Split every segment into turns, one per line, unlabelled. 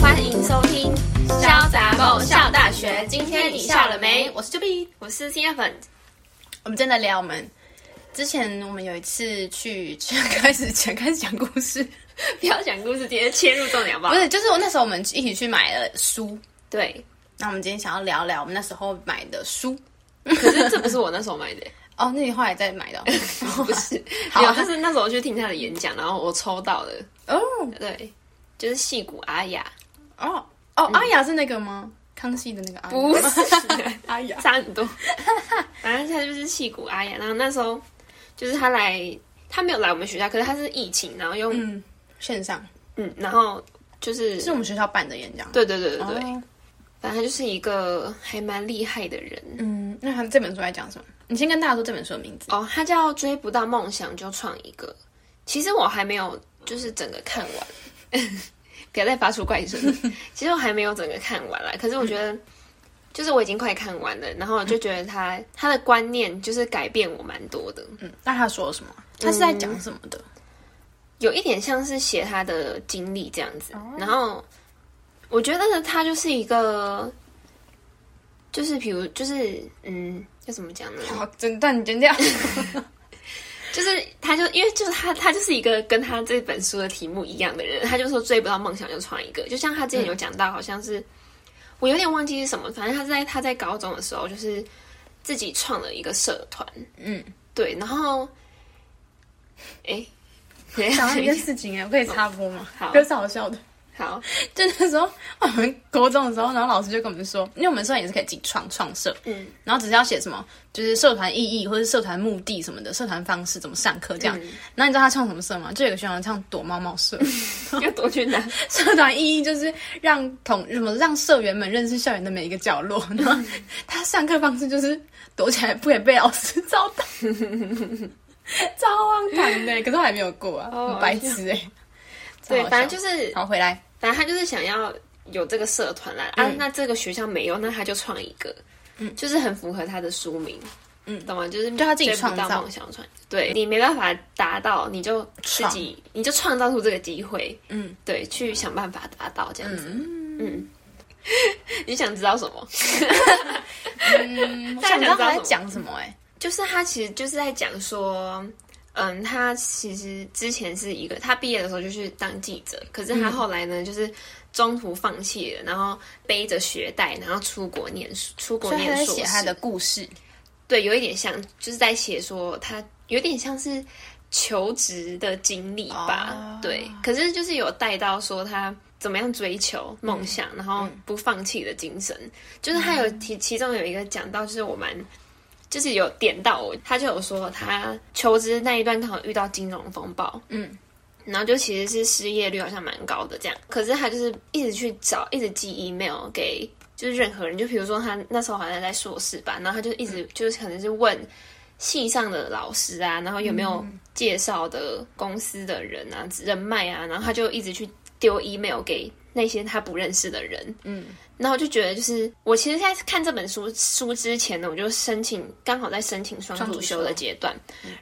欢迎收听《潇洒爆笑大学》，今天你笑了没？ 我是 Juby，我是新亚粉。
我们正在聊我们之前，我们有一次去 开始讲开始讲故事，
不要讲故事，直接切入重点好不好
不？是，就是我那时候我们一起去买了书，
对，
那我们今天想要聊聊我们那时候买的书。
可是这不是我那时候买 的，
哦，那你后来再买的 哦、
不是，
好
没有，就是那时候去听他的演讲，然后我抽到的，
哦
对，就是戏骨阿雅，
哦哦，阿雅是那个吗？康熙的那个阿雅？
嗯不是
阿 雅。
差很多。反正现在就是戏骨阿雅，然后那时候就是他来，他没有来我们学校，可是他是疫情，然后用嗯
嗯，线上
然后就是
是我们学校办的演讲。
对对对对对，
哦
反正他就是一个还蛮厉害的人。
嗯，那他这本书在讲什么？你先跟大家说这本书的名字。
哦，他叫《追不到梦想就创一个》，其实我还没有就是整个看完， 不要再发出怪声。其实我还没有整个看完啦，可是我觉得就是我已经快看完了，然后我就觉得他、他的观念就是改变我蛮多的，
嗯，那他说了什么？他是在讲什么的？
有一点像是写他的经历这样子。然后我觉得他就是一个，就是比如就是嗯，要怎么讲呢？
好，整段你剪掉。
就是他就因为就是他他就是一个跟他这本书的题目一样的人，他就说追不到梦想就创一个，就像他之前
嗯
有讲到，好像是、我有点忘记是什么，反正他在他在高中的时候就是自己创了一个社团，
嗯，
对，然后哎，
想到一件事情哎，我可以插播吗？
好
可是好笑的。
好，
就那时候哦我们国中的时候，然后老师就跟我们说，因为我们社团也是可以自己创创社，
嗯，
然后只是要写什么，就是社团意义或者社团目的什么的，社团方式怎么上课这样。
嗯
然后你知道他唱什么社吗？就有个学长唱躲猫 猫社，
要多 去哪？
社团意义就是让同什么让社员们认识校园的每一个角落。然后他上课方式就是躲起来，不可以被老师找 到，超荒唐的。可是我还没有过啊，
哦
很白痴哎、
对
超，好
反
笑
正就是
好回来，
反正他就是想要有这个社团啦、
嗯
啊，那这个学校没有，那他就创一个，嗯，就是很符合他的书名，嗯，懂吗？就是
就他自己
追不
创
到
造嗯
梦想创，对你没办法达到，你就自
创
己你就创造出这个机会，
嗯，
对，去想办法达到这样子，嗯。你想知道什么？
嗯我
大家想
想知道
知道
他在
什么
讲什么哎、
就是他其实就是在讲说，嗯，他其实之前是一个，他毕业的时候就去当记者，可是
嗯
他后来呢，就是中途放弃了，然后背着学贷，然后出国念书，出国
所以他
念
在
硕
写
士。
他的故事，
对，有一点像，就是在写说他有点像是求职的经历吧，
哦
对。可是就是有带到说他怎么样追求
嗯
梦想，然后不放弃的精神。就是他有提，其中有一个讲到，就是我蛮。就是有点到我，他就有说他求职那一段刚好遇到金融风暴，
嗯，
然后就其实是失业率好像蛮高的这样，可是他就是一直去找，一直寄 email 给就是任何人，就比如说他那时候好像在硕士吧，然后他就一直就是可能是问系上的老师啊，然后有没有介绍的公司的人啊、人脉啊，然后他就一直去丢 email 给那些他不认识的人，
嗯，
然后我就觉得就是我其实在看这本书书之前呢，我就申请刚好在申请双
双
主
主
修
修
的阶段，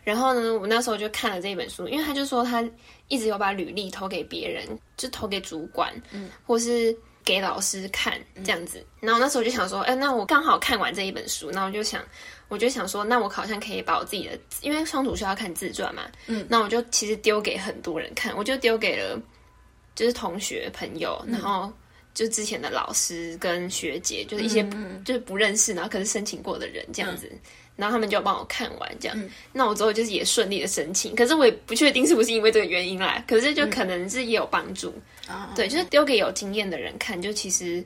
然后呢，我那时候就看了这本书，因为他就说他一直有把履历投给别人，就投给主管，嗯，或是给老师看这样子。然后那时候我就想说，哎、那我刚好看完这一本书，那我就想，我就想说，那我好像可以把我自己的，因为双主修要看自传嘛，嗯，那我就其实丢给很多人看，我就丢给了就是同学朋友，然后。就之前的老师跟学姐，就是一些不就是不认识，然后可是申请过的人这样子，然后他们就有帮我看完这样。那我之后就是也顺利的申请，可是我也不确定是不是因为这个原因啦，可是就可能是也有帮助。
啊，
对，就是丢给有经验的人看，就其实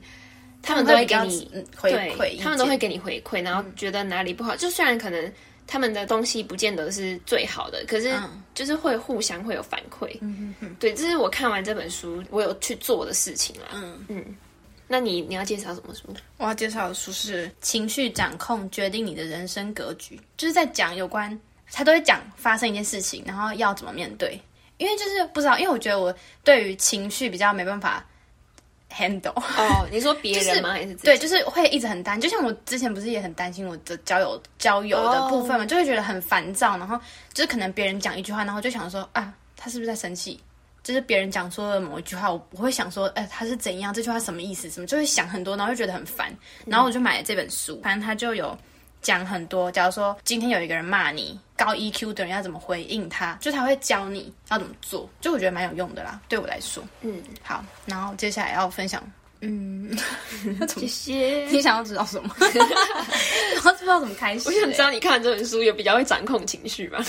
他们
们
都会
比
给
较
你
嗯回馈意
对，
见，
他们都会给你回馈，然后觉得哪里不好，就虽然可能他们的东西不见得是最好的，可是
嗯
就是会互相会有反馈。
嗯嗯
对，这是我看完这本书我有去做的事情啦。
嗯，
嗯，那你你要介绍什么书？
我要介绍的书是《情绪掌控决定你的人生格局》，就是在讲有关他都会讲发生一件事情，然后要怎么面对。因为就是不知道，因为我觉得我对于情绪比较没办法 handle。
哦，你说别
就是
人吗？还是自己
对，就是会一直很担，就像我之前不是也很担心我的交友交友的部
哦
分嘛就会觉得很烦躁，然后就是可能别人讲一句话，然后就想说啊，他是不是在生气？就是别人讲说的某一句话，我我会想说，哎、他是怎样？这句话什么意思？什么就会想很多，然后就觉得很烦。
嗯
然后我就买了这本书，反正他就有讲很多。假如说今天有一个人骂你，高 EQ 的人要怎么回应他，就他会教你要怎么做，就我觉得蛮有用的啦，对我来说。
嗯，
好，然后接下来要分享，嗯，
谢 谢。
你想要知道什 么？然后不知道怎么开始、欸
我想知道你看这本书有比较会掌控情绪吧？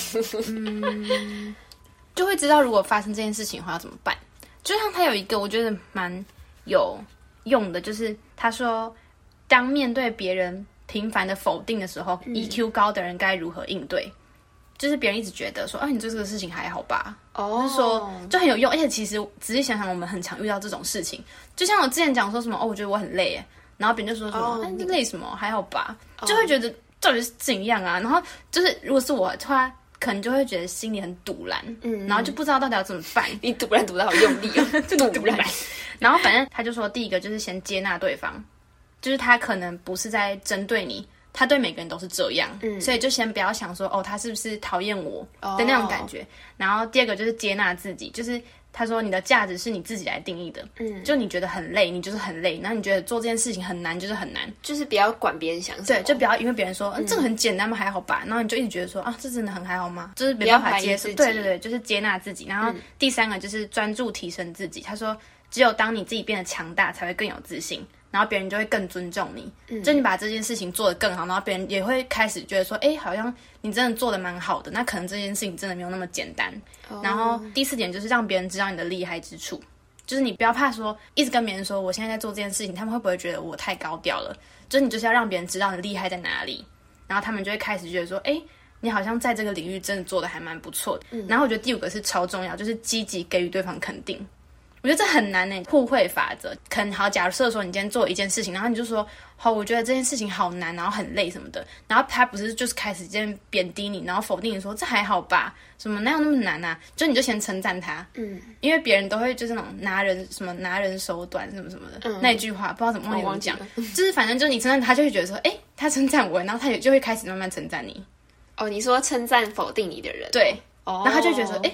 就会知道如果发生这件事情的话要怎么办。就像他有一个我觉得蛮有用的，就是他说，当面对别人频繁的否定的时候、e q 高的人该如何应对？就是别人一直觉得说，啊，你对这个事情还好吧？
哦
就是说就很有用，而且其实仔细想想，我们很常遇到这种事情。就像我之前讲说什么哦，我觉得我很累耶，然后别人就说什么
哦，
那、你累什么？还好吧，就会觉得到底是怎样啊？然后就是如果是我的话，可能就会觉得心里很堵然，嗯，然后就不知道到底要怎么办。
你突然读到好用力 哦，突然，
然后反正他就说，第一个就是先接纳对方，就是他可能不是在针对你，他对每个人都是这样，所以就先不要想说哦，他是不是讨厌我的那种感觉。然后第二个就是接纳自己，就是他说你的价值是你自己来定义的，嗯，就你觉得很累，你就是很累，然后你觉得做这件事情很难，就是很难，
就是不要管别人想什么，
对，就不要因为别人说、嗯、这个很简单嘛，还好吧，然后你就一直觉得说啊，这真的很还好吗？就是
嗯
没办
不要
法
怀疑
接受
自。己嗯
对对对，就是接纳自己。然后第三个就是专注提升自己。他说，只有当你自己变得强大，才会更有自信，然后别人就会更尊重你。
嗯
就你把这件事情做得更好，然后别人也会开始觉得说，哎，好像你真的做得蛮好的，那可能这件事情真的没有那么简单。
哦
然后第四点就是让别人知道你的厉害之处。就是你不要怕说，一直跟别人说我现在在做这件事情，他们会不会觉得我太高调了？就是你就是要让别人知道你厉害在哪里，然后他们就会开始觉得说，哎、你好像在这个领域真的做的还蛮不错的。然后我觉得第五个是超重要，就是积极给予对方肯定。我觉得这很难呢、互惠法则。可能好，假设说你今天做一件事情，然后你就说，好，我觉得这件事情好难，然后很累什么的，然后他不是就是开始先贬低你，然后否定你说这还好吧，什么哪有那么难啊？就你就先称赞他，嗯，因为别人都会就是那种拿人什么拿人手短什么什么的、那一句话，不知道怎么忘
嗯我
记怎么
忘记
讲
了，
就是反正就是你称赞他，就会觉得说，哎、他称赞我，然哎后他也就会开始慢慢称赞你，
哦，你说称赞否定你的人，，
对，
哦，
然后他就觉得说，哎、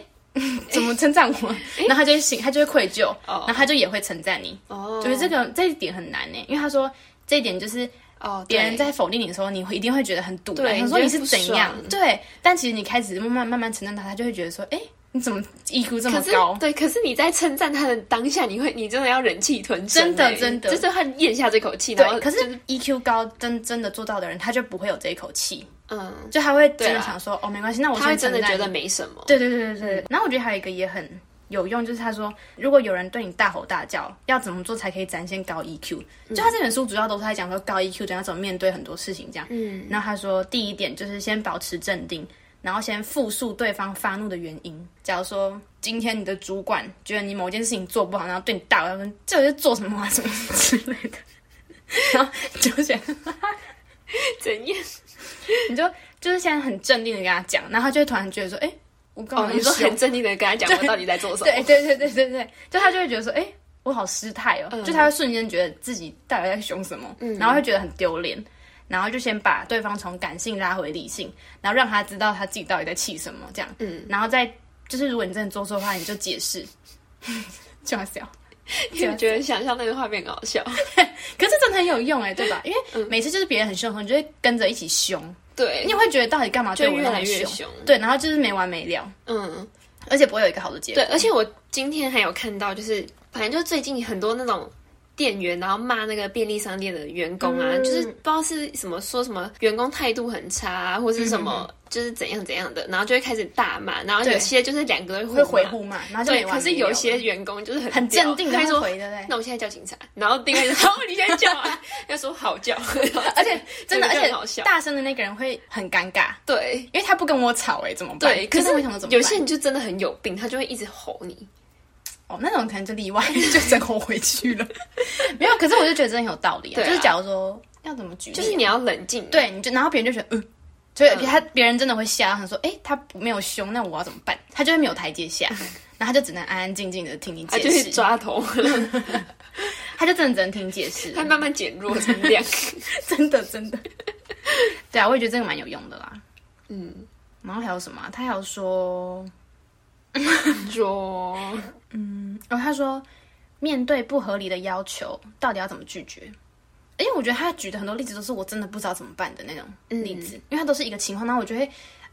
怎么称赞我？
哎
然后他就会醒，他就会愧疚，然后他就也会称赞你。
哦，
就是这个这一点很难呢，欸因为他说这一点就是
哦，
别人
对
在否定你的时候，你会一定会觉得很堵然，
对
想说你
你
是
觉得
怎样
不爽？
对，但其实你开始慢慢慢慢承认他，他就会觉得说，哎、你怎么 EQ 这么
可是
高？
对，可是你在称赞他的当下，你会，你真的要忍气吞声
真的
欸，
真的
就是他咽下这口气，然后
对，可是
就是
EQ 高真真的做到的人，他就不会有这一口气，
嗯，
就他会真
对
的
啊
想说，哦，没关系，那我
他会
先
真的
承
觉
认
得没什么，
对对对对
嗯
对。然后我觉得还有一个也很有用，就是他说，如果有人对你大吼大叫，要怎么做才可以展现高 EQ？、就
嗯
他这本书主要都是在讲说高 EQ 的要怎么面对很多事情这样。嗯。然后他说，第一点就是先保持镇定，然后先复述对方发怒的原因。假如说今天你的主管觉得你某件事情做不好，然后对你大吼大叫，这个是做什么啊什么之类 的，然后你就觉得。
怎样？
你就就是现在很镇定的跟他讲，然后他就会突然觉得说，哎、我刚
哦，
刚
你说很镇定的跟他讲我到底在做什么
对？对对对对对，就他就会觉得说，哎、我好失态哦，
嗯
就他会瞬间觉得自己到底在凶什么，然后会觉得很丢脸，然后就先把对方从感性拉回理性，然后让他知道他自己到底在气什么，这样，嗯，然后再就是如果你真的做错的话，你就解释， 就要笑。
你有觉得想象那个画面很好笑？
可是真的很有用哎，对吧？因
嗯
为每次就是别人很凶的时候，你就会跟着一起凶，
对
你，会觉得到底干嘛对
就
我
越
那
来
么
越
凶？
凶。
对，然后就是没完没了，
嗯，
而且不会有一个好的结
对
果。，
而且我今天还有看到，就是反正就最近很多那种。店员，然后骂那个便利商店的员工啊，
嗯
就是不知道是什么说什么员工态度很差、啊，或是什么、就是怎样怎样的，然后就会开始大骂，然后有
嗯对
些就是两个人
会回
骂
互骂，然后就
对
没，完
可是
没了
有些员工就是很
很
屌
镇定的
他
会
说
回，对不对？
那我现在叫警察，然后另外一个人说哦你现在叫啊， 他说好 叫，而
而且真的，
这个就很
而
好
且
笑
大声的那个人会很尴尬，
对
因为他不跟我吵，哎，怎么办？
对，可
就是我想说怎么办？
有些人就真的很有病，他就会一直吼你，
哦，那种可能就例外， 就整我回去了。没有，可是我就觉得真的很有道理啊，
对啊
就是假如说要怎么举例啊，
就是你要冷静，
对，你就然后别人就觉得嗯。所以他别人真的会吓，他说：“哎、他没有凶，那我要怎么办？”他就会没有台阶下，然后他就只能安安静静的听你
嗯他
解
就会
释。
抓头，
他就真的只能听 解释，
它慢慢减弱成 量。
真的真的。对啊，我也觉得这个蛮有用的啦。
嗯，
然后还有什么啊、他还有说，
说
哦，他说面对不合理的要求，到底要怎么拒绝？因为我觉得他举的很多例子都是我真的不知道怎么办的那种
嗯
例子，因为他都是一个情况，然后我就会，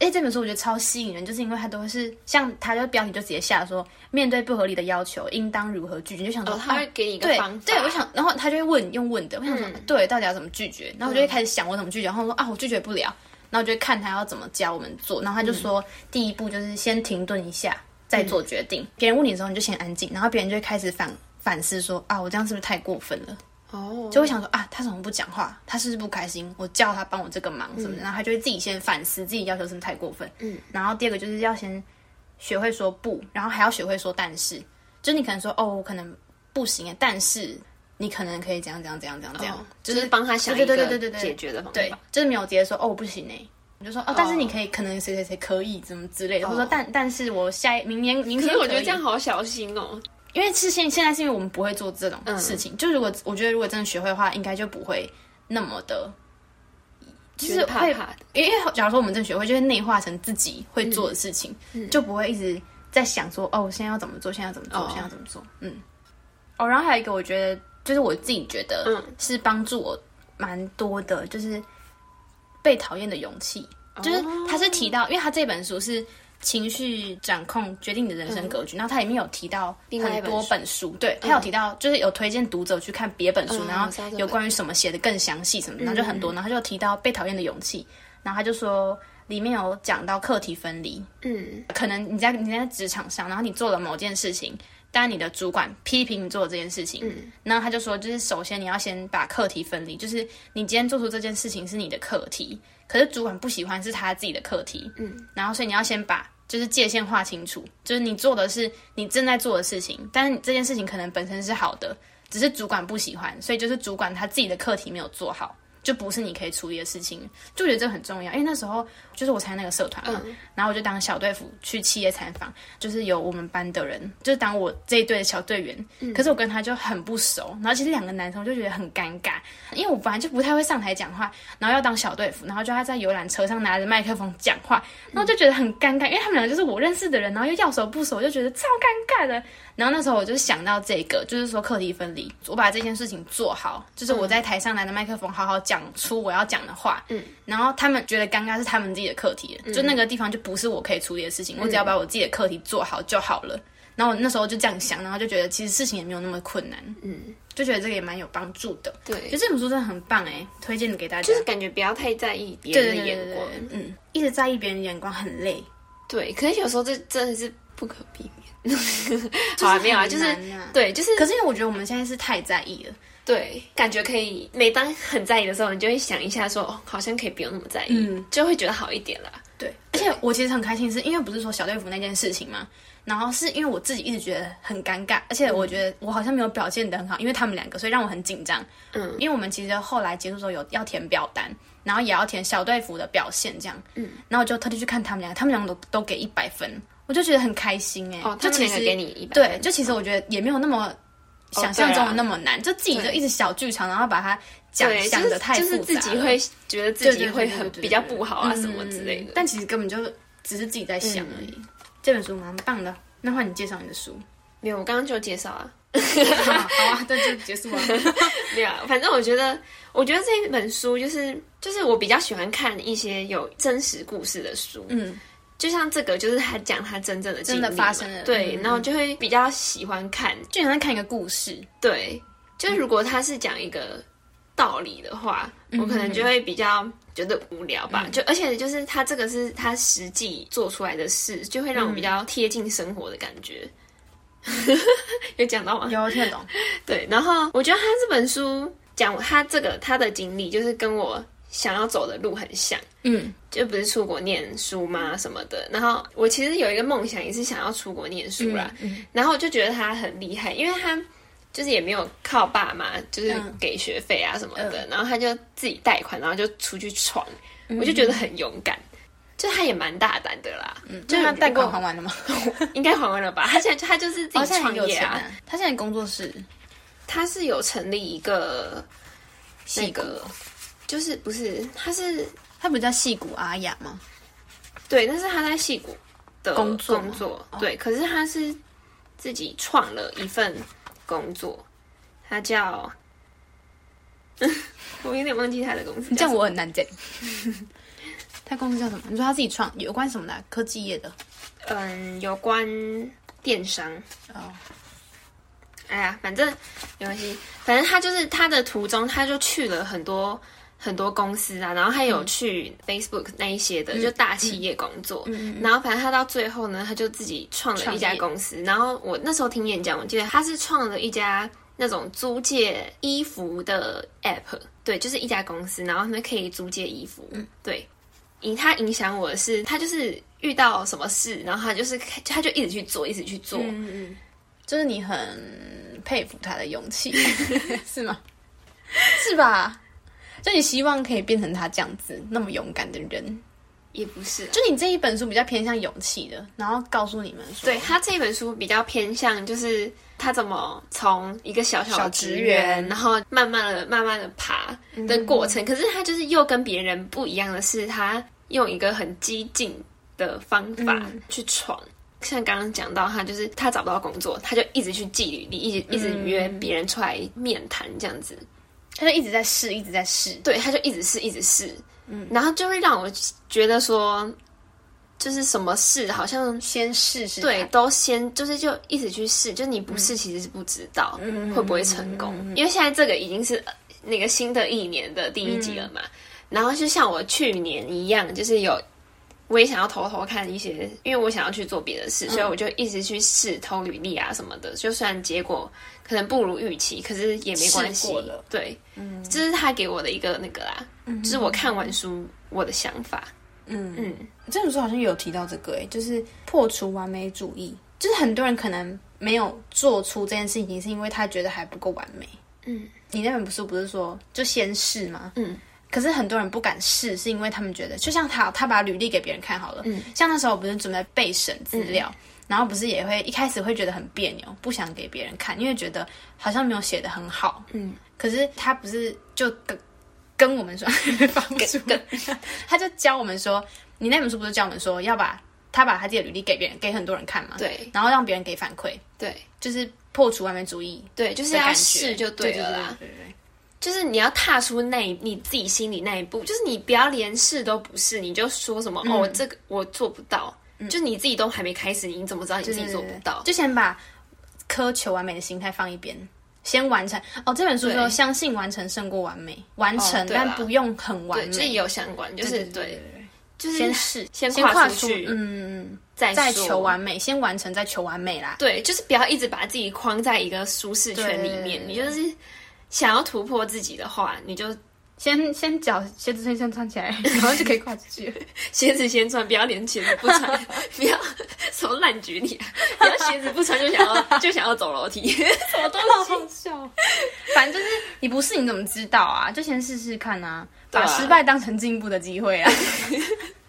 而且这本书我觉得超吸引人，就是因为他都会是像他的标题就直接下说，面对不合理的要求，应当如何拒绝？就想说，啊
哦，他会给你一个
对
方法。嗯
对，我想，然后他就会问用问的，我想说，对，到底要怎么拒绝？然后我就会开始想我怎么拒绝，然后说啊，我拒绝不了，然后就会看他要怎么教我们做，然后他就
嗯
说，第一步就是先停顿一下，再做决
嗯
定。别人问你的时候，你就先安静，然后别人就会开始反反思说啊，我这样是不是太过分了？
哦，
就会想说啊，他怎么不讲话？他是不是不开心？我叫他帮我这个忙什
嗯
么的，然后他就会自己先反思自己要求是不是太过分。嗯，然后第二个就是要先学会说不，然后还要学会说但是，就是你可能说哦，我可能不行，但是你可能可以怎样怎样怎样怎样怎样，
哦
就
就是是帮他想一
对
个
对对对对对
解决的方
对
法。，
就是没有直接说哦，我不行哎。你就说哦，但是你可以，可能谁谁谁可以，怎么之类的，或者说但但是我下一明年明
哦可
天
是我觉
可
得
以
这样好小心哦。
因为是现现在是因为我们不会做这种事情，
嗯
就如果我觉得如果真的学会的话，应该就不会那么的，就是
觉得怕
会，
怕的
因为假如说我们真的学会，就会内化成自己会做的事情，
嗯
就不会一直在想说哦，我现在要怎么做，现在要怎么做，
哦
现在要怎么做，嗯，哦，然后还有一个我觉得就是我自己觉得
嗯
是帮助我蛮多的，就是被讨厌的勇气，就是他是提到，因为他这本书是情绪掌控决定你的人生格局，
嗯
然后它里面有提到
另外一
很
本
多
书
本书，对，他有提到就是有推荐读者去看别本书，
嗯
然后
我知道这
有
本
关于什么写的更详细什么的，然后就很
嗯
多，然后他就提到被讨厌的勇气，然后他就说里面有讲到课题分离，
嗯，
可能你在你在职场上，然后你做了某件事情，但你的主管批评你做的这件事情，然后他就说，就是首先你要先把课题分离，就是你今天做出这件事情是你的课题，可是主管不喜欢是他自己的课题，嗯，然后所以你要先把。就是界限划清楚，就是你做的是你正在做的事情，但是这件事情可能本身是好的，只是主管不喜欢，所以就是主管他自己的课题没有做好，就不是你可以处理的事情，就觉得这个很重要。因为那时候就是我参加那个社团嘛，然后我就当小队服去企业参访，就是有我们班的人，就是当我这一队的小队员。可是我跟他就很不熟，然后其实两个男生我就觉得很尴尬，因为我本来就不太会上台讲话，然后要当小队服，然后就他在游览车上拿着麦克风讲话，然后就觉得很尴尬，因为他们两个就是我认识的人，然后又要熟不熟，我就觉得超尴尬的。然后那时候我就想到这个，就是说课题分离，我把这件事情做好，就是我在台上拿着麦克风，好好讲出我要讲的话。嗯，然后他们觉得尴尬是他们自己的课题，就那个地方就不是我可以处理的事情，我只要把我自己的课题做好就好了。然后我那时候就这样想，然后就觉得其实事情也没有那么困难，嗯，就觉得这个也蛮有帮助的。
对
就，这本书真的很棒哎，推荐给大家。
就是感觉不要太在意别
对
人的
对对对
眼
对
光。
对嗯，一直在意别人的眼光很累。
对，可是有时候这真的是不可避免。 好啊，没有啊，就是
很难啊
对，就是
可是因为我觉得我们现在是太在意了，
对，感觉可以。每当很在意的时候，你就会想一下说，哦，好像可以不用那么在意，
嗯
就会觉得好一点啦。
对，而且我其实很开心，是因为不是说小队服那件事情嘛，然后是因为我自己一直觉得很尴尬，而且我觉得我好像没有表现得很好，因为他们两个，所以让我很紧张。
嗯，
因为我们其实后来结束之后有要填表单，然后也要填小队服的表现这样，嗯，然后我就特地去看他们两个，他们两个都都给一百分，我就觉得很开心哎、
哦，
就
他们
其
两个
实
给你一百，哦
对，就其实我觉得也没有那么想象中的那么难，就自己就
啊对
一直小剧场，然后把它讲
对，就
想的
是
太
就
复杂
是
了，
自己会觉得自
对
己
对
会
对
很
对对
比较
对
不好啊
嗯
什么之类的。嗯
但其实根本就只是自己在想而已。这本书蛮棒的，那换你介绍你 的书。
没有，我刚刚就有介绍啊，
好啊，那就结束啊。
没有啊，反正我觉得，我觉得这本书就是就是我比较喜欢看一些有真实故事的书，
嗯，
就像这个，就是他讲他真正的经历
真的发生
嘛
了
对，
嗯
然后就会比较喜欢看。
就想在看一个故事，
对，就是如果他是讲一个道理的话，我可能就会比较觉得无聊吧。就而且就是他这个是他实际做出来的事，就会让我比较贴近生活的感觉。 有讲到吗？
有听 得懂。
对，然后我觉得他这本书讲他这个他的经历，就是跟我想要走的路很像。
嗯，
就不是出国念书吗？什么的。然后我其实有一个梦想，也是想要出国念
嗯
书啦。然后我就觉得他很厉害，因为他就是也没有靠爸妈，就是
嗯
给学费啊什么的。然后他就自己贷款，然后就出去闯。
嗯
我就觉得很勇敢，就他也蛮大胆的啦。嗯，就
就他代
如果
购还 完了吗？
应该还完了吧？他现在他就是自
好
己
像很
创
有
业
钱
啊。
啊。他现在工作室
它是有成立一个那
戏骨
个，就是不是它是
他不叫戏骨阿雅吗？
对，但是他在戏骨的
工作哦吗
工作对，可是他是自己创了一份工作，他叫。 我有点忘记他的公司
你
叫什
这样
么，
我很难讲。 他公司叫什么？你说他自己创，有关什么的啊、科技业的
嗯，有关电商，
哦，
哎呀，反正没关系，反正他就是他的途中，他就去了很多很多公司啊，然后他有去 Facebook 那一些
嗯
的，就大企业工作。然后反正他到最后呢，他就自己创了一家
创业
公司。然后我那时候听演讲，我记得他是创了一家那种租借衣服的 app，对，就是一家公司，然后呢可以租借衣服，
嗯
对。影他影响我的是，他就是遇到什么事，然后他就是他就一直去做，一直去做，
嗯嗯，就是你很佩服他的勇 气，是吗？是吧？就你希望可以变成他这样子那么勇敢的人。
也不是、啊，
就你这一本书比较偏向勇气的，然后告诉你们说，
对他这本书比较偏向，就是他怎么从一个小小
小
的
职
职员，嗯
员
然后慢慢的、慢慢的爬的过程。可是他就是又跟别人不一样的是，他用一个很激进的方法去闯。像刚刚讲到，他就是他找不到工作，他就一直去寄履历，一直一直约别人出来面谈这样子。
他就一直在试，一直在试。
对，他就一直试，一直试，嗯，然后就会让我觉得说，就是什么事好像
先试试看，嗯
对，都先就是就一直去试，就你不试其实是不知道会不会成功，因为现在这个已经是呃那个新的一年的第一集了
嗯
嘛。然后就像我去年一样，就是有我也想要偷偷看一些，因为我想要去做别的
嗯
事，所以我就一直去试投履历啊什么的。就虽然结果可能不如预期，可是也没关
试
系
过了。
对，嗯，这是他给我的一个那个啦，就是我看完书我的想法。
嗯
嗯，
这本书好像有提到这个、诶，欸就是破除完美主义，就是很多人可能没有做出这件事情，是因为他觉得还不够完美。
嗯，
你那本不是不是说就先试吗？
嗯，
可是很多人不敢试，是因为他们觉得，就像他他把履历给别人看好了，嗯，像那时候我不是准备备审资料。
嗯
然后不是也会一开始会觉得很别扭，不想给别人看，因为觉得好像没有写的很好。
嗯，
可是他不是就跟跟我们说 发不出来，他就教我们说，你那本书不是教我们说要把他把他自己的履历给别人，给很多人看嘛？
对，
然后让别人给反馈，
对
就是破除完美主义
对，就是
的感觉。
要试就
对
了啦。
对对对对
就是你要踏出那一你自己心里那一步，就是你不要连试都不是，你就说什么、哦，我这个我做不到，就你自己都还没开始，你怎么知道你自己做不到？
就先把苛求完美的心态放一边，先完成。哦，这本书说
对
相信完成胜过完美，完成、
哦对啦
但不用很完
对，
美，
就是也有相关，就是对就是
先试，
先
先
跨
跨
出
出
去
嗯，嗯
再啊
嗯再
说
求完美，先完成再求完美啦。
对，就是不要一直把自己框在一个舒适圈里面，
对
你就是想要突破自己的话，你就
先先脚鞋子先先穿 起来，然后就可以跨出去。
鞋子先穿，不要连鞋子不穿， 不要什么烂局里、啊，不要鞋子不穿就想要就想要走楼梯， 什么东西？
好笑。 反正就是你不是你怎么知道啊？就先试试看啊，
对
把
啊
失败当成进步的机会啊。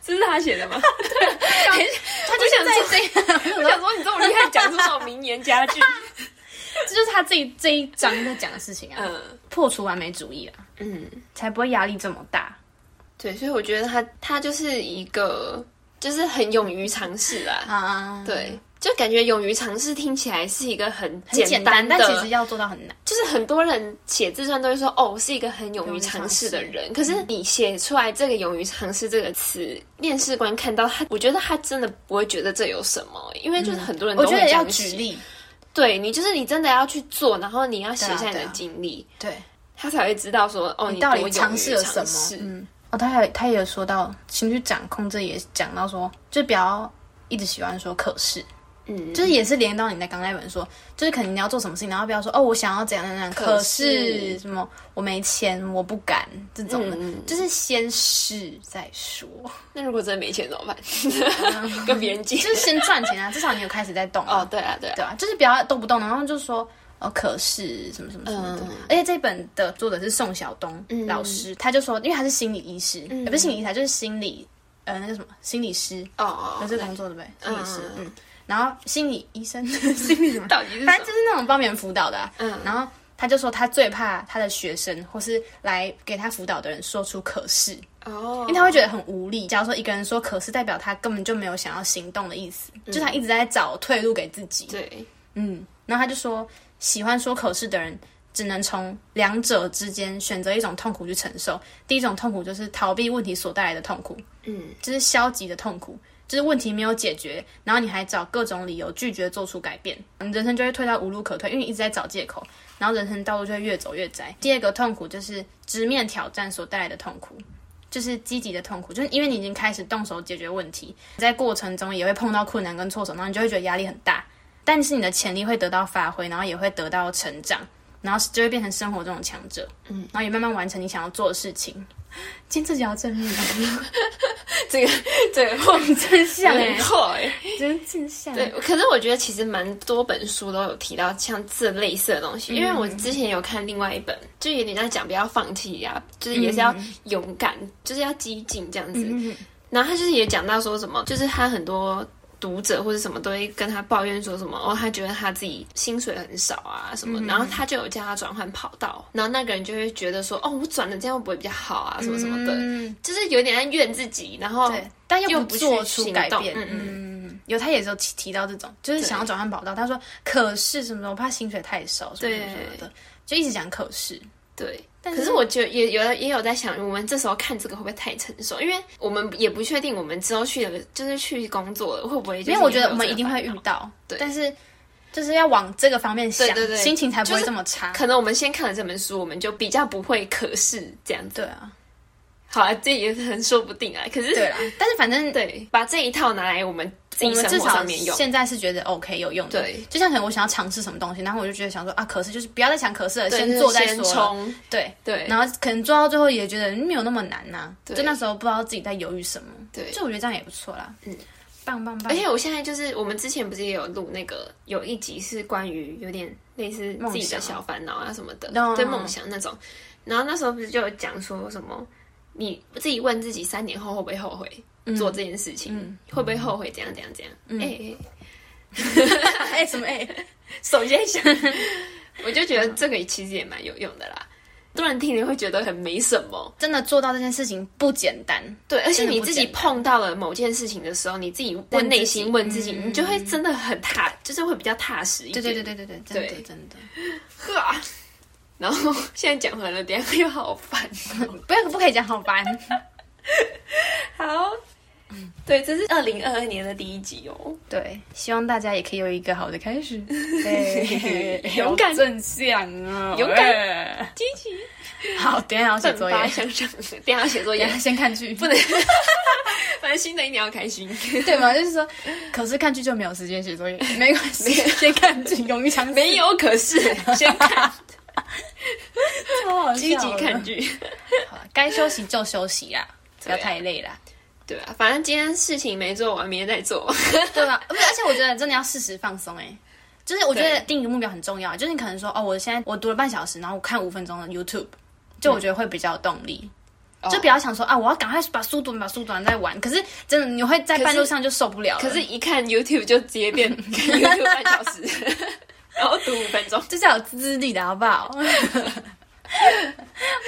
这是他写的吗？
他就想在这一，
我想说你这么厉害，讲出这种名言佳 句。
这就是他这一这一章在讲的事情啊，
嗯
破除完美主义啊，
嗯，
才不会压力这么大。
对，所以我觉得他他就是一个，就是很勇于尝试啦。
啊，
对，就感觉勇于尝试听起来是一个很
很简单，
的，
但其实要做到很难。
就是很多人写自传都会说哦，我是一个很勇于尝试的人。可
嗯
是你写出来这个“勇于尝试”这个词，面试官看到他，我觉得他真的不会觉得这有什么，因为就是很多人都
嗯我
会
觉得
这
要
样
举
写，
例，
对你就是你真的要去做，然后你要写
对啊
下你
对
的
啊
经历。
对，
他才会知道说哦，
你
你
到
多勇
底
于
尝试了什
尝试
么？嗯，哦，他还他也有说到情绪掌控，这也讲到说，就不要一直喜欢说可是，
嗯，
就是也是连到你的刚那本说，就是可能你要做什么事情，然后不要说哦，我想要怎样怎样，可
可是
是什么我没钱，我不敢这种的，就是先试再说，
那如果真的没钱怎么办？ 跟别人借
啊就？是先赚钱啊，至少你有开始在动啊
哦，对啊，对啊，
对啊，就是不要动不动，然后就说哦，可是什么什么什么的。
嗯
而且这本的作者是宋晓东老师，他就说，因为他是心理医师，
嗯
也不是心理医师，他就是心理呃那个什么心理师，
哦哦
有
哦，
这个工作对不对？心理师，
嗯
嗯。然后心理医生，心理什么？
到底是什
反
么
正就是那种帮别人辅导的啊、
嗯
然后他就说他最怕他的学生或是来给他辅导的人说出可是，
哦
因为他会觉得很无力。假如说一个人说可是，代表他根本就没有想要行动的意思，
嗯
就他一直在找退路给自己。
对，
嗯，然后他就说，喜欢说口是的人，只能从两者之间选择一种痛苦去承受。第一种痛苦就是逃避问题所带来的痛苦，
嗯，
就是消极的痛苦，就是问题没有解决，然后你还找各种理由拒绝做出改变，你人生就会退到无路可退，因为你一直在找借口，然后人生道路就会越走越窄。第二个痛苦就是直面挑战所带来的痛苦。就是积极的痛苦，就是因为你已经开始动手解决问题，在过程中也会碰到困难跟挫折，然后你就会觉得压力很大，但是你的潜力会得到发挥，然后也会得到成长，然后就会变成生活中的强者，嗯，然后也慢慢完成你想要做的事情。今天自己要正面，
这个这个话
真相哎、
错哎。
真欸真相。
对，可是我觉得其实蛮多本书都有提到像这类似的东
嗯
西，因为我之前有看另外一本，就有点在讲不要放弃啊，就是也是要勇敢，
嗯
就是要激进这样子。然后他就是也讲到说什么，就是他很多。读者或者什么都会跟他抱怨说什么哦，他觉得他自己薪水很少啊什么，
嗯
然后他就有叫他转换跑道，然后那个人就会觉得说哦，我转了这样会不会比较好啊什么什么的，
嗯，
就是有点在怨自己，然后
对，但又
哦又
不
不去
做出改变
行。动嗯
嗯，有他也有提提到这种，就是想要转换跑道，他说可是什么什么，我怕薪水太少什么什么什么的，就一直讲可是。
对，
但
可
是
是我觉得也有也有在想，我们这时候看这个会不会太成熟？因为我们也不确定我们之后去的，就是去工作了会不会就是也
因
会
为
有
我
这
觉
个烦
得
恼？
我们一定会遇到，
对
但是就是要往这个方面想，
对对对
心情才不会
就是
这么差。
可能我们先看了这本书，我们就比较不会可视这样子。
对啊，
好啊，这也很说不定啊。可是
对啦，但是反正
对把这一套拿来我们自
我
己
们
生
至
活
少
上面用，
现在是觉得 OK 有用的。
对，
就像可能我想要尝试什么东西，然后我就觉得想说啊，可是就是不要再想可是了，
对
先
就是
做再
先
说了。
冲，
对，
对
然后可能做到最后也觉得嗯没有那么难呐、
对
就那时候不知道自己在犹豫什么。
对哎
就我觉得这样也不错啦。嗯，棒棒棒！
而且我现在就是，我们之前不是也有录那个有一集是关于有点类似自己的小烦恼啊什么的，
梦想
对
嗯
梦想那种。然后那时候不是就有讲说什么，你自己问自己三年后会不会后悔
嗯
做这件事情，会不会后悔怎样怎样怎样？哎、欸，
哎、什么哎、
首先想， 我就觉得这个其实也蛮有用的啦。多人听了会觉得很没什么，
真的做到这件事情不简单。
对，而且
真的
你
不
自己
简单
碰到了某件事情的时候，你自己问内心问自己，
嗯
你就会真的很踏，就是会比较踏实一
对
点。
对对对对对，真的
对
真的，
呵， 然后现在讲完了，等一下又好烦。
不要不可以讲好烦。
好，对，这是二零二二年的第一集哦。
对，希望大家也可以有一个好的开始。对
勇敢
好正向啊，
勇敢
哎
第一集
好，等一下要写
奋
作业
发， 向上，等一下要写作业
等一，下先看剧，不能。
反正新的一年要开心。
对嘛？就是说，可是看剧就没有时间写作业，没关系， 先看剧，勇于尝试，
没有，可是先 看
超好笑的
积极看剧。
好啦啊该休息就休息啦，不要
对啊
太累啦，
对啊，反正今天事情没做完，明天再做。
对吧？不是而且我觉得真的要适时放松、欸，就是我觉得
对
定一个目标很重要，就是你可能说，哦，我现在我读了半小时，然后我看五分钟的 YouTube，就我觉得会比较有动力。
嗯哦
就不要想说啊，我要赶快把书读完，把书读完再玩。可是真的，你会在
可是
半路上就受不了了
可是，一看 YouTube 就直接 变 YouTube 半小时，然后读五分钟。
就是要有自制力的好不好？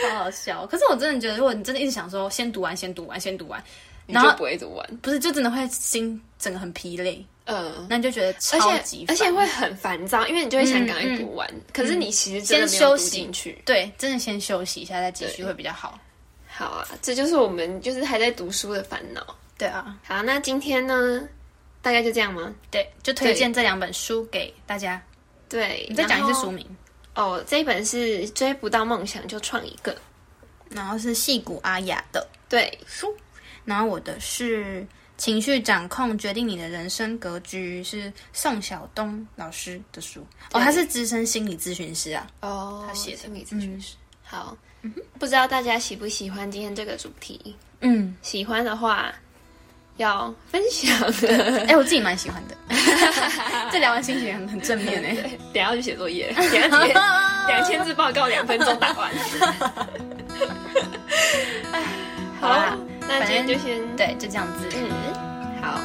好好笑。哦可是我真的觉得，如果你真的一直想说先读完，先读完，先读完，
你
然后
就不会读完，
不是就真的会心整个很疲累，
嗯，
那你就觉得
而
超级
且而
烦
且会很烦躁，因为你就会想赶快
嗯嗯
读完，可是你其实真的没有
先休
读
息
进去，
对，真的先休息一下再继续
对
会比较好。
好啊，这就是我们就是还在读书的烦恼。
对啊，
好，那今天呢，大概就这样吗？
对，就推荐这两本书给大家。
对，
你再讲一
然
次
后
书名，
哦。这一本是《追不到梦想就创一个》，
然后是戏骨阿雅的
对，
书，然后我的是《情绪掌控决定你的人生格局》，是宋晓东老师的书。哦，
对
他是资深心理咨询师啊。
哦，
他写的
心理咨询师。好，不知道大家喜不喜欢今天这个主题？
嗯，
喜欢的话要分享，
哎、我自己蛮喜欢 的。这聊完心情很很正面哎、
等一下要去写作业了，等一下 直接两千字报告两分钟打完。
好啦，
那今天就先
对，就这样子，
嗯，好，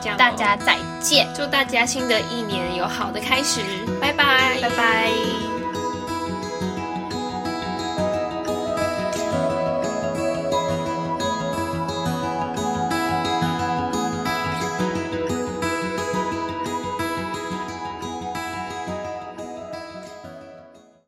这样咯
大家再见，
祝大家新的一年有好的开始，拜拜，
拜拜